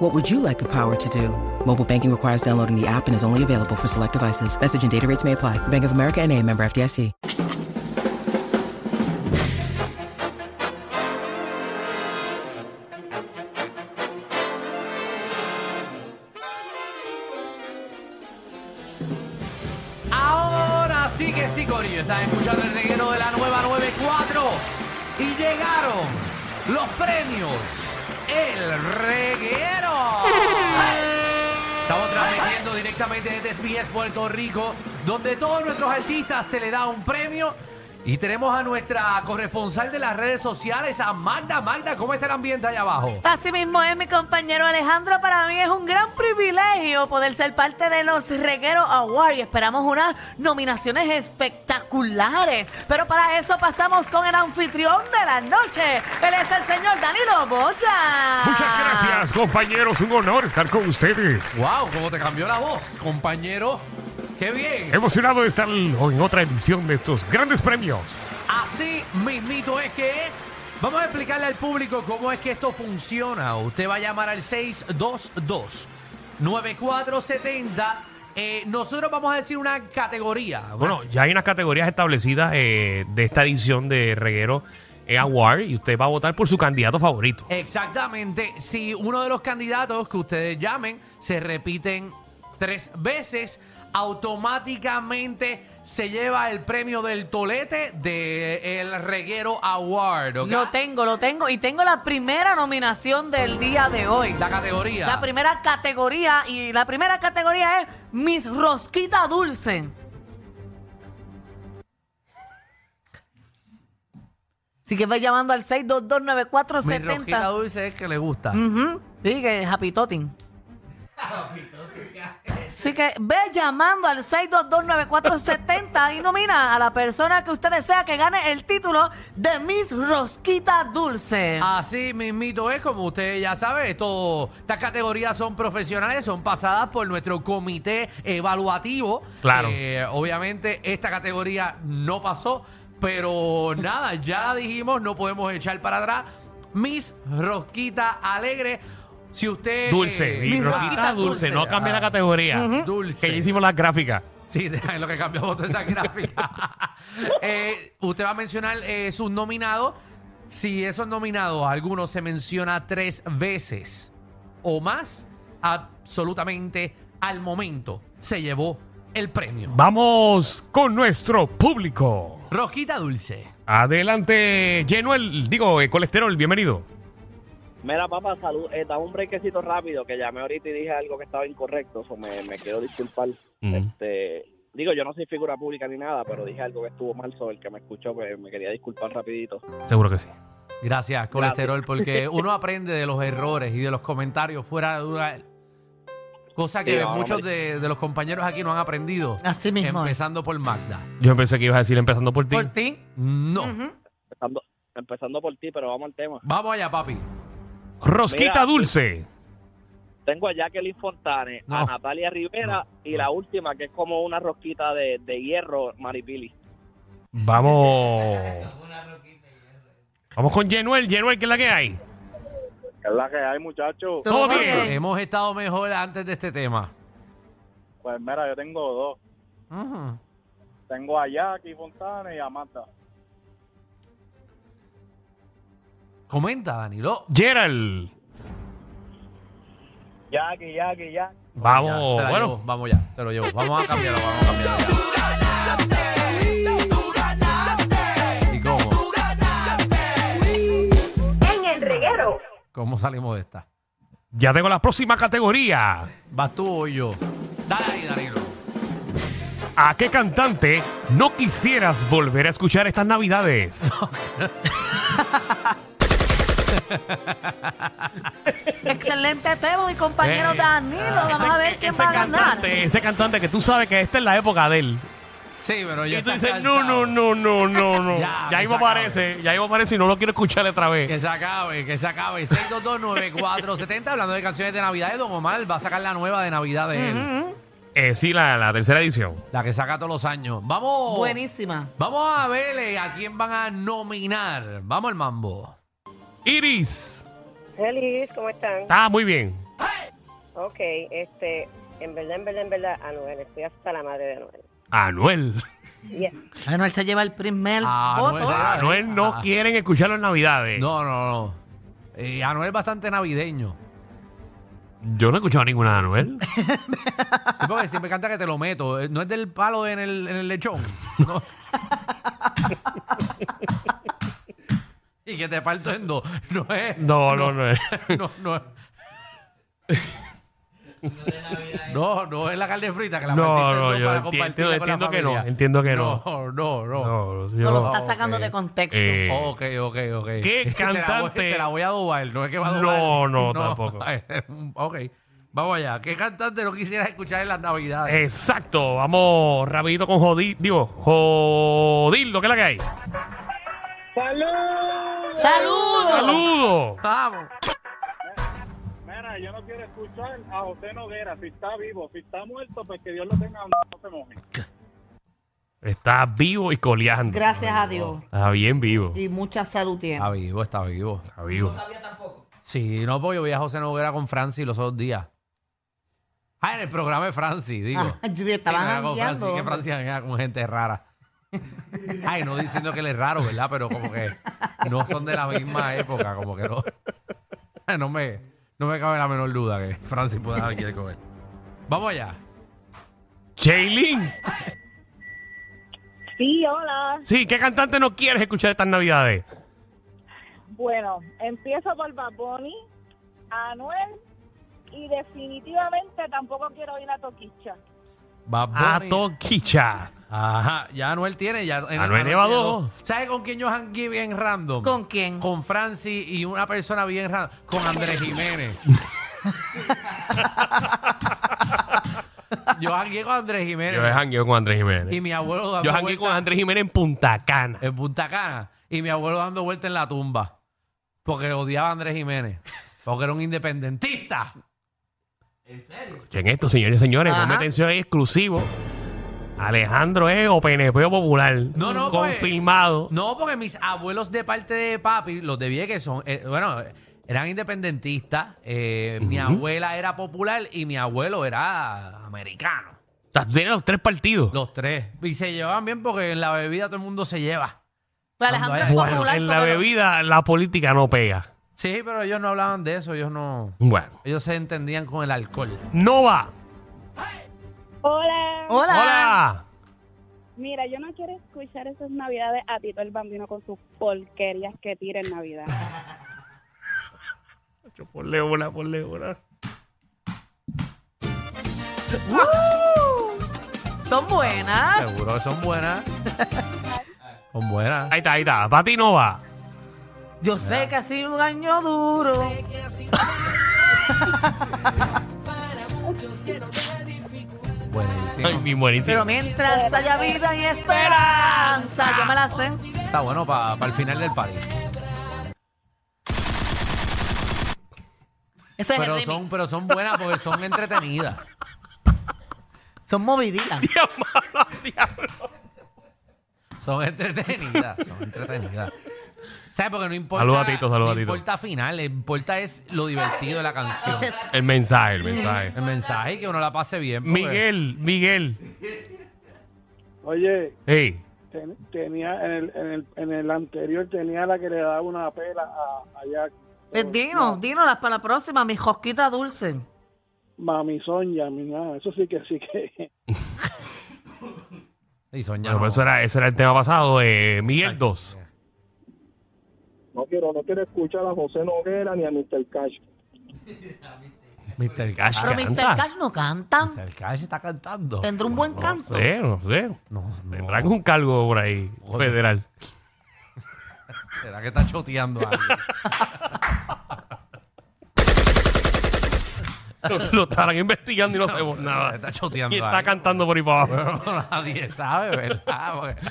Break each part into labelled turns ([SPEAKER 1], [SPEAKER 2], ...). [SPEAKER 1] What would you like the power to do? Mobile banking requires downloading the app and is only available for select devices. Message and data rates may apply. Bank of America and a member FDIC.
[SPEAKER 2] Ahora sí que sí, Corillo. Estás escuchando el reguero de la nueva 94. Y llegaron los premios. El reguero. Estamos transmitiendo directamente desde SBS Puerto Rico, donde todos nuestros artistas se le da un premio. Y tenemos a nuestra corresponsal de las redes sociales, a Magda. Magda, ¿cómo está el ambiente allá abajo?
[SPEAKER 3] Así mismo es mi compañero Alejandro. Para mí es un gran privilegio poder ser parte de los Reguero Awards y esperamos unas nominaciones espectaculares. Pero para eso pasamos con el anfitrión de la noche. Él es el señor Danilo Boya.
[SPEAKER 4] Muchas
[SPEAKER 5] Ah.
[SPEAKER 4] gracias, compañeros. Un honor estar con ustedes.
[SPEAKER 2] ¡Wow! ¿Cómo te cambió la voz, compañero? ¡Qué bien!
[SPEAKER 4] Emocionado de estar hoy en otra edición de estos grandes premios.
[SPEAKER 2] Así mismito es que es. Vamos a explicarle al público cómo es que esto funciona. Usted va a llamar al 622 9470. Eh, nosotros vamos a decir una categoría. una-
[SPEAKER 5] Bueno, ya hay unas categorías establecidas eh, de esta edición de Reguero eh, Award y usted va a votar por su candidato favorito.
[SPEAKER 2] Exactamente. Si uno de los candidatos que ustedes llamen se repiten tres veces, automáticamente se lleva el premio del tolete del Reguero Award. ¿ok?
[SPEAKER 3] Lo tengo, lo tengo. Y tengo la primera nominación del día de hoy.
[SPEAKER 2] La categoría.
[SPEAKER 3] La primera categoría y la primera categoría es Mis Rosquita Dulce. Así que va llamando al
[SPEAKER 2] Mi rosquita
[SPEAKER 3] 6229470.
[SPEAKER 2] dulce es que le
[SPEAKER 3] Mm.
[SPEAKER 2] gusta.
[SPEAKER 3] Ujú. Sí, que es Happy Totin. Así que ve llamando al 6229470 y nomina a la persona que usted desea que gane el título de Miss Rosquita Dulce.
[SPEAKER 2] Así mismito es, como ustedes ya saben, esto- estas categorías son profesionales, son pasadas por nuestro comité evaluativo.
[SPEAKER 5] Claro.
[SPEAKER 2] Eh, obviamente esta categoría no pasó, pero nada, ya la dijimos, no podemos echar para atrás. Miss Rosquita Alegre, si usted...
[SPEAKER 5] Dulce.
[SPEAKER 3] Eh, Mi
[SPEAKER 5] Y
[SPEAKER 2] Ah,
[SPEAKER 3] rosquita
[SPEAKER 5] rosquita dulce.
[SPEAKER 3] dulce. Ah.
[SPEAKER 5] No cambie la categoría.
[SPEAKER 2] Dulce.
[SPEAKER 5] Que ya hicimos las gráficas.
[SPEAKER 2] Sí, deja en lo que cambiamos toda esa gráfica. Eh, usted va a mencionar eh, sus nominados. Si esos nominados, alguno se menciona tres veces o más, absolutamente al momento se llevó el premio.
[SPEAKER 4] Vamos con nuestro público.
[SPEAKER 2] Rosquita Dulce.
[SPEAKER 4] Adelante, lleno el, digo, eh, colesterol, bienvenido.
[SPEAKER 6] Mira, papá, salud. Eh, dame un brequecito rápido, que llamé ahorita y dije algo que estaba incorrecto. Eso me, me quiero disculpar.
[SPEAKER 5] Mm.
[SPEAKER 6] Este, digo, yo no soy figura pública ni nada, pero dije algo que estuvo mal sobre el que me escuchó, pues me quería disculpar rapidito.
[SPEAKER 5] Seguro que sí.
[SPEAKER 2] Gracias, colesterol, porque uno aprende de los errores y de los comentarios fuera de duda. Cosa que
[SPEAKER 6] Sí, vamos,
[SPEAKER 2] muchos
[SPEAKER 6] hombre.
[SPEAKER 2] de, de los compañeros aquí no han aprendido.
[SPEAKER 3] Así mismo. es.
[SPEAKER 2] Empezando por Magda.
[SPEAKER 5] Yo pensé que ibas a decir empezando por ti.
[SPEAKER 3] Por ti.
[SPEAKER 2] No.
[SPEAKER 3] Ujú.
[SPEAKER 6] Empezando, empezando por ti, pero vamos al tema.
[SPEAKER 2] Vamos allá, papi.
[SPEAKER 4] Rosquita
[SPEAKER 6] Mira,
[SPEAKER 4] dulce.
[SPEAKER 6] Tengo a Jacqueline Fontane, a
[SPEAKER 2] No.
[SPEAKER 6] Natalia Rivera y la última, que es como una rosquita de, de hierro, Maripili.
[SPEAKER 5] Vamos. Vamos con Genuel. Genuel, ¿qué es la que hay?
[SPEAKER 6] Es la que hay,
[SPEAKER 3] Todo
[SPEAKER 6] muchachos.
[SPEAKER 5] Todo
[SPEAKER 3] bien.
[SPEAKER 5] bien.
[SPEAKER 2] Hemos estado mejor antes de este tema.
[SPEAKER 6] Pues mira, yo tengo dos. Tengo a Jackie Fontane y a Mata.
[SPEAKER 2] Comenta, Danilo.
[SPEAKER 5] Gerald.
[SPEAKER 6] Jackie, Jackie, Jackie.
[SPEAKER 5] Vamos.
[SPEAKER 2] Ya, se la
[SPEAKER 5] bueno,
[SPEAKER 2] llevo. vamos ya, se lo llevo. Vamos a cambiarlo, vamos a cambiarlo. ya. ¿Y cómo?
[SPEAKER 7] en el reguero.
[SPEAKER 2] ¿Cómo salimos de esta?
[SPEAKER 4] Ya tengo la próxima categoría.
[SPEAKER 2] ¿Vas tú o yo? Dale ahí, Danilo.
[SPEAKER 4] ¿A qué cantante no quisieras volver a escuchar estas navidades?
[SPEAKER 3] Excelente tema, mi compañero
[SPEAKER 4] Eh,
[SPEAKER 5] ah,
[SPEAKER 3] Danilo. Vamos
[SPEAKER 4] Ese-
[SPEAKER 3] a ver quién
[SPEAKER 4] ese
[SPEAKER 3] va a ganar.
[SPEAKER 4] cantante, Ese cantante que tú sabes que esta es la época de él.
[SPEAKER 2] Sí, pero ya
[SPEAKER 4] Y tú
[SPEAKER 2] está
[SPEAKER 4] dices, no,
[SPEAKER 2] cansado.
[SPEAKER 4] no, no, no, no, no.
[SPEAKER 2] Ya,
[SPEAKER 4] ya,
[SPEAKER 2] que
[SPEAKER 4] ahí
[SPEAKER 2] se
[SPEAKER 4] me aparece, ya ahí me aparece y no lo quiero escuchar otra vez.
[SPEAKER 2] Que se acabe, que se acabe. 6229470, hablando de canciones de Navidad de Don Omar, va a sacar la nueva de Navidad de él.
[SPEAKER 5] Eh, sí, la, la tercera edición.
[SPEAKER 2] La que saca todos los años. Vamos.
[SPEAKER 3] Buenísima.
[SPEAKER 2] Vamos a ver eh, a quién van a nominar. Vamos al mambo.
[SPEAKER 5] Iris.
[SPEAKER 7] Feliz, ¿cómo están?
[SPEAKER 5] Está
[SPEAKER 4] Ah,
[SPEAKER 5] muy bien.
[SPEAKER 7] Ok, este, en verdad, en verdad, en verdad, Anuel, estoy hasta la madre de Anuel.
[SPEAKER 5] Anuel.
[SPEAKER 7] Yes.
[SPEAKER 3] Anuel se lleva el primer
[SPEAKER 2] Ah,
[SPEAKER 3] voto.
[SPEAKER 2] Anuel.
[SPEAKER 5] Anuel no
[SPEAKER 2] Ah.
[SPEAKER 5] quieren escucharlo en Navidades.
[SPEAKER 2] No, no, no. Eh, Anuel es bastante navideño.
[SPEAKER 5] Yo no he escuchado ninguna de Anuel.
[SPEAKER 2] Sí, porque siempre canta que te lo meto. Eh, No es del palo en el, en el lechón. No. y que te parto en dos. No es.
[SPEAKER 5] No, no, no.
[SPEAKER 2] No, no es. No, no es la carne frita que la
[SPEAKER 5] No,
[SPEAKER 2] partiste en
[SPEAKER 5] no,
[SPEAKER 2] dos
[SPEAKER 5] yo
[SPEAKER 2] para
[SPEAKER 5] enti-
[SPEAKER 2] compartirla
[SPEAKER 5] entiendo-
[SPEAKER 2] con la
[SPEAKER 5] entiendo que
[SPEAKER 2] familia.
[SPEAKER 5] no, entiendo que no.
[SPEAKER 2] No, no, no.
[SPEAKER 5] No,
[SPEAKER 3] No
[SPEAKER 5] yo-
[SPEAKER 3] lo está sacando de contexto.
[SPEAKER 5] Eh,
[SPEAKER 2] Ok, ok, ok.
[SPEAKER 5] ¿Qué
[SPEAKER 2] Te la voy- Te la,
[SPEAKER 5] cantante?
[SPEAKER 2] voy, a adobar, no es que va a
[SPEAKER 5] No,
[SPEAKER 2] adobar.
[SPEAKER 5] no, tampoco.
[SPEAKER 2] ok, vamos allá. ¿Qué cantante no quisieras escuchar en las navidades?
[SPEAKER 5] Eh. Exacto, vamos rapidito con Jodil, digo, Jodildo, ¿qué es la que hay?
[SPEAKER 6] ¡Salud!
[SPEAKER 3] ¡Saludos!
[SPEAKER 5] ¡Saludo!
[SPEAKER 2] Vamos.
[SPEAKER 6] Mira, yo no quiero escuchar a José Noguera. Si está vivo, si está muerto, pues que Dios lo tenga donde no se moje.
[SPEAKER 5] Está vivo y coleando.
[SPEAKER 3] Gracias a Dios.
[SPEAKER 5] Está bien vivo.
[SPEAKER 3] Y mucha salud tiene.
[SPEAKER 2] Está vivo, está vivo.
[SPEAKER 5] Está vivo.
[SPEAKER 2] Sí, no, pues yo vi a José Noguera con Francis los otros días. Ah, en el programa de Francis, digo.
[SPEAKER 3] Ah, yo digo,
[SPEAKER 2] Sí,
[SPEAKER 3] estaban
[SPEAKER 2] no era con
[SPEAKER 3] jangueando,
[SPEAKER 2] Francis, que
[SPEAKER 3] hombre.
[SPEAKER 2] Francis janguea con gente rara. Ay, no diciendo que él es raro, ¿verdad? Pero como que no son de la misma época, como que no. Ay, No me, no me cabe la menor duda que Francis pueda janguear con él. Vamos allá.
[SPEAKER 5] Chaylin,
[SPEAKER 8] Sí, hola.
[SPEAKER 5] sí, ¿qué cantante no quieres escuchar estas navidades?
[SPEAKER 8] Bueno, empiezo por Bad Bunny, Anuel y definitivamente tampoco quiero ir a Toquicha.
[SPEAKER 2] Bad
[SPEAKER 5] A
[SPEAKER 2] Bunny.
[SPEAKER 5] Toquicha.
[SPEAKER 2] Ajá, ya Anuel tiene. Ya,
[SPEAKER 5] Anuel
[SPEAKER 2] tiene
[SPEAKER 5] lleva
[SPEAKER 2] dos.
[SPEAKER 5] dos.
[SPEAKER 2] ¿Sabes con quién yo jangué bien random?
[SPEAKER 3] ¿Con quién?
[SPEAKER 2] Con Francis y una persona bien random. Con Andrés Jiménez. yo jangué con Andrés Jiménez.
[SPEAKER 5] Yo he jangueo con Andrés
[SPEAKER 2] Y
[SPEAKER 5] Jiménez.
[SPEAKER 2] mi abuelo dando
[SPEAKER 5] Yo jangueo
[SPEAKER 2] vuelta
[SPEAKER 5] con Andrés Jiménez en Punta Cana.
[SPEAKER 2] en Punta Cana. Y mi abuelo dando vuelta en la tumba. Porque odiaba a Andrés Jiménez. Porque era un independentista.
[SPEAKER 5] Escuchen esto, señores y señores,
[SPEAKER 3] Ajá.
[SPEAKER 5] ponme atención ahí exclusivo. Alejandro es o PNP o popular.
[SPEAKER 2] No, no, pues.
[SPEAKER 5] Confirmado.
[SPEAKER 2] No, porque mis abuelos de parte de papi, los de Vieques, son, eh, bueno, eran independentistas. eh, Mi abuela era popular y mi abuelo era americano.
[SPEAKER 5] O sea, Tiene los tres partidos.
[SPEAKER 2] Los tres. Y se llevaban bien porque en la bebida todo el mundo se lleva.
[SPEAKER 3] Pues Alejandro es
[SPEAKER 2] Bueno,
[SPEAKER 3] popular.
[SPEAKER 5] Bueno, en la
[SPEAKER 3] pero-
[SPEAKER 5] bebida la política no pega.
[SPEAKER 2] Sí, pero ellos no hablaban de eso. Ellos no.
[SPEAKER 5] Bueno,
[SPEAKER 2] Ellos se entendían con el alcohol.
[SPEAKER 5] Nova.
[SPEAKER 8] Hola.
[SPEAKER 3] Hola.
[SPEAKER 5] Hola.
[SPEAKER 8] Mira, yo no quiero escuchar esas navidades a Tito el Bambino con sus porquerías que tira en Navidad.
[SPEAKER 5] Ponle una, ponle una.
[SPEAKER 3] Son buenas.
[SPEAKER 2] Seguro que son buenas. son buenas.
[SPEAKER 5] Ahí está, ahí está. Pati Nova.
[SPEAKER 3] Yo sé que ha sido un año duro.
[SPEAKER 2] Buenísimo.
[SPEAKER 5] Ay, mi buenísimo.
[SPEAKER 3] Pero mientras haya vida y esperanza, yo me la sé.
[SPEAKER 2] Está bueno para el final del party.
[SPEAKER 3] Ese es el
[SPEAKER 2] Pero
[SPEAKER 3] remix.
[SPEAKER 2] son, pero son buenas porque son entretenidas.
[SPEAKER 3] Son moviditas.
[SPEAKER 2] Son entretenidas, son entretenidas. ¿Sabes? Porque no importa.
[SPEAKER 5] Saluda, Tito, saluda,
[SPEAKER 2] No
[SPEAKER 5] Tito.
[SPEAKER 2] importa final, lo importa es lo divertido de la canción.
[SPEAKER 5] El mensaje, el mensaje.
[SPEAKER 2] El mensaje y que uno la pase bien. porque-
[SPEAKER 5] Miguel, Miguel.
[SPEAKER 6] Oye,
[SPEAKER 5] Hey.
[SPEAKER 6] ten- tenía en el, en, el, en el anterior tenía la que le daba una pela a, a Jack.
[SPEAKER 3] Pues dinos, dinos las para la próxima, mi josquita dulce.
[SPEAKER 6] Mami Sonia, mi nada. Eso sí que sí que.
[SPEAKER 2] Y soñamos.
[SPEAKER 5] Bueno, pero eso era, ese era el tema pasado. eh, Miguel 2.
[SPEAKER 6] No quiero, no quiero escuchar a José Noguera ni a Mr. Cash.
[SPEAKER 5] Mr. Cash.
[SPEAKER 3] Pero Mr.
[SPEAKER 5] canta.
[SPEAKER 3] Cash no canta.
[SPEAKER 2] El calle está cantando.
[SPEAKER 3] Tendrá un buen
[SPEAKER 5] No
[SPEAKER 3] canto.
[SPEAKER 5] sé, no sé.
[SPEAKER 2] No, no.
[SPEAKER 5] Tendrán un cargo por ahí, federal.
[SPEAKER 2] Será que está choteando a alguien.
[SPEAKER 5] Lo, lo estarán investigando y no sabemos nada.
[SPEAKER 2] Está choteando
[SPEAKER 5] Y
[SPEAKER 2] a
[SPEAKER 5] está
[SPEAKER 2] alguien.
[SPEAKER 5] cantando por ahí para abajo.
[SPEAKER 2] Nadie sabe, ¿verdad? Porque-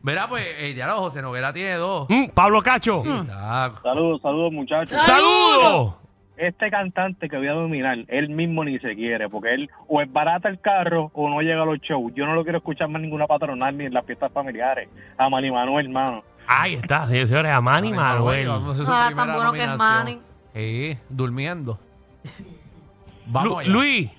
[SPEAKER 2] Mira, pues, eh, ya lo José Noguera tiene dos.
[SPEAKER 5] Mm, Pablo Cacho.
[SPEAKER 2] Está-
[SPEAKER 6] Saludos, saludos muchachos.
[SPEAKER 5] ¡Saludos!
[SPEAKER 6] Este cantante que voy a dominar, él mismo ni se quiere, porque él o es barata el carro o no llega a los shows. Yo no lo quiero escuchar más ninguna patronal ni en las fiestas familiares. A Manny Manuel, hermano.
[SPEAKER 5] Ahí está, señores, señores, a Manny Manuel.
[SPEAKER 2] vamos a hacer su
[SPEAKER 3] Ah,
[SPEAKER 2] primera
[SPEAKER 3] tan bueno que es
[SPEAKER 2] nominación.
[SPEAKER 3] Manny.
[SPEAKER 2] Sí, durmiendo.
[SPEAKER 5] Lu-
[SPEAKER 2] Vamos allá.
[SPEAKER 5] Luis,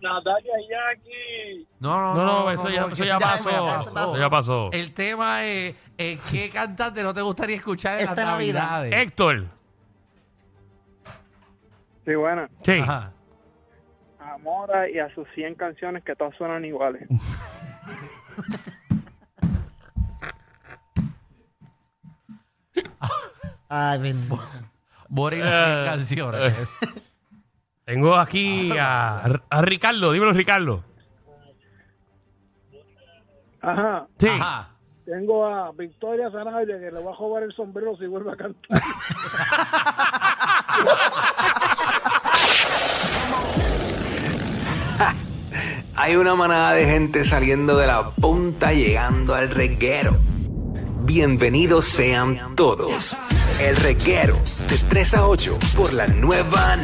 [SPEAKER 6] Natalia Jackie.
[SPEAKER 2] No, no,
[SPEAKER 5] no, no, eso ya, eso ya pasó. Eso ya pasó.
[SPEAKER 2] El tema es eh, qué cantante no te gustaría escuchar en
[SPEAKER 3] Esta
[SPEAKER 2] las
[SPEAKER 3] Navidad.
[SPEAKER 2] navidades.
[SPEAKER 5] Héctor.
[SPEAKER 9] Sí, buena.
[SPEAKER 5] Sí.
[SPEAKER 2] Ajá.
[SPEAKER 9] A Mora y a sus 100 canciones que todas suenan iguales.
[SPEAKER 3] Ay, bendito.
[SPEAKER 2] Bora
[SPEAKER 5] Eh,
[SPEAKER 2] y las cien canciones.
[SPEAKER 5] Tengo aquí a, a Ricardo, dímelo Ricardo.
[SPEAKER 9] Ajá.
[SPEAKER 5] Sí.
[SPEAKER 2] Ajá.
[SPEAKER 9] Tengo a Victoria Zanabria que le va a jugar el sombrero si vuelve a cantar.
[SPEAKER 10] Hay una manada de gente saliendo de la punta llegando al reguero. Bienvenidos sean todos. El reguero de 3 a 8 por la nueva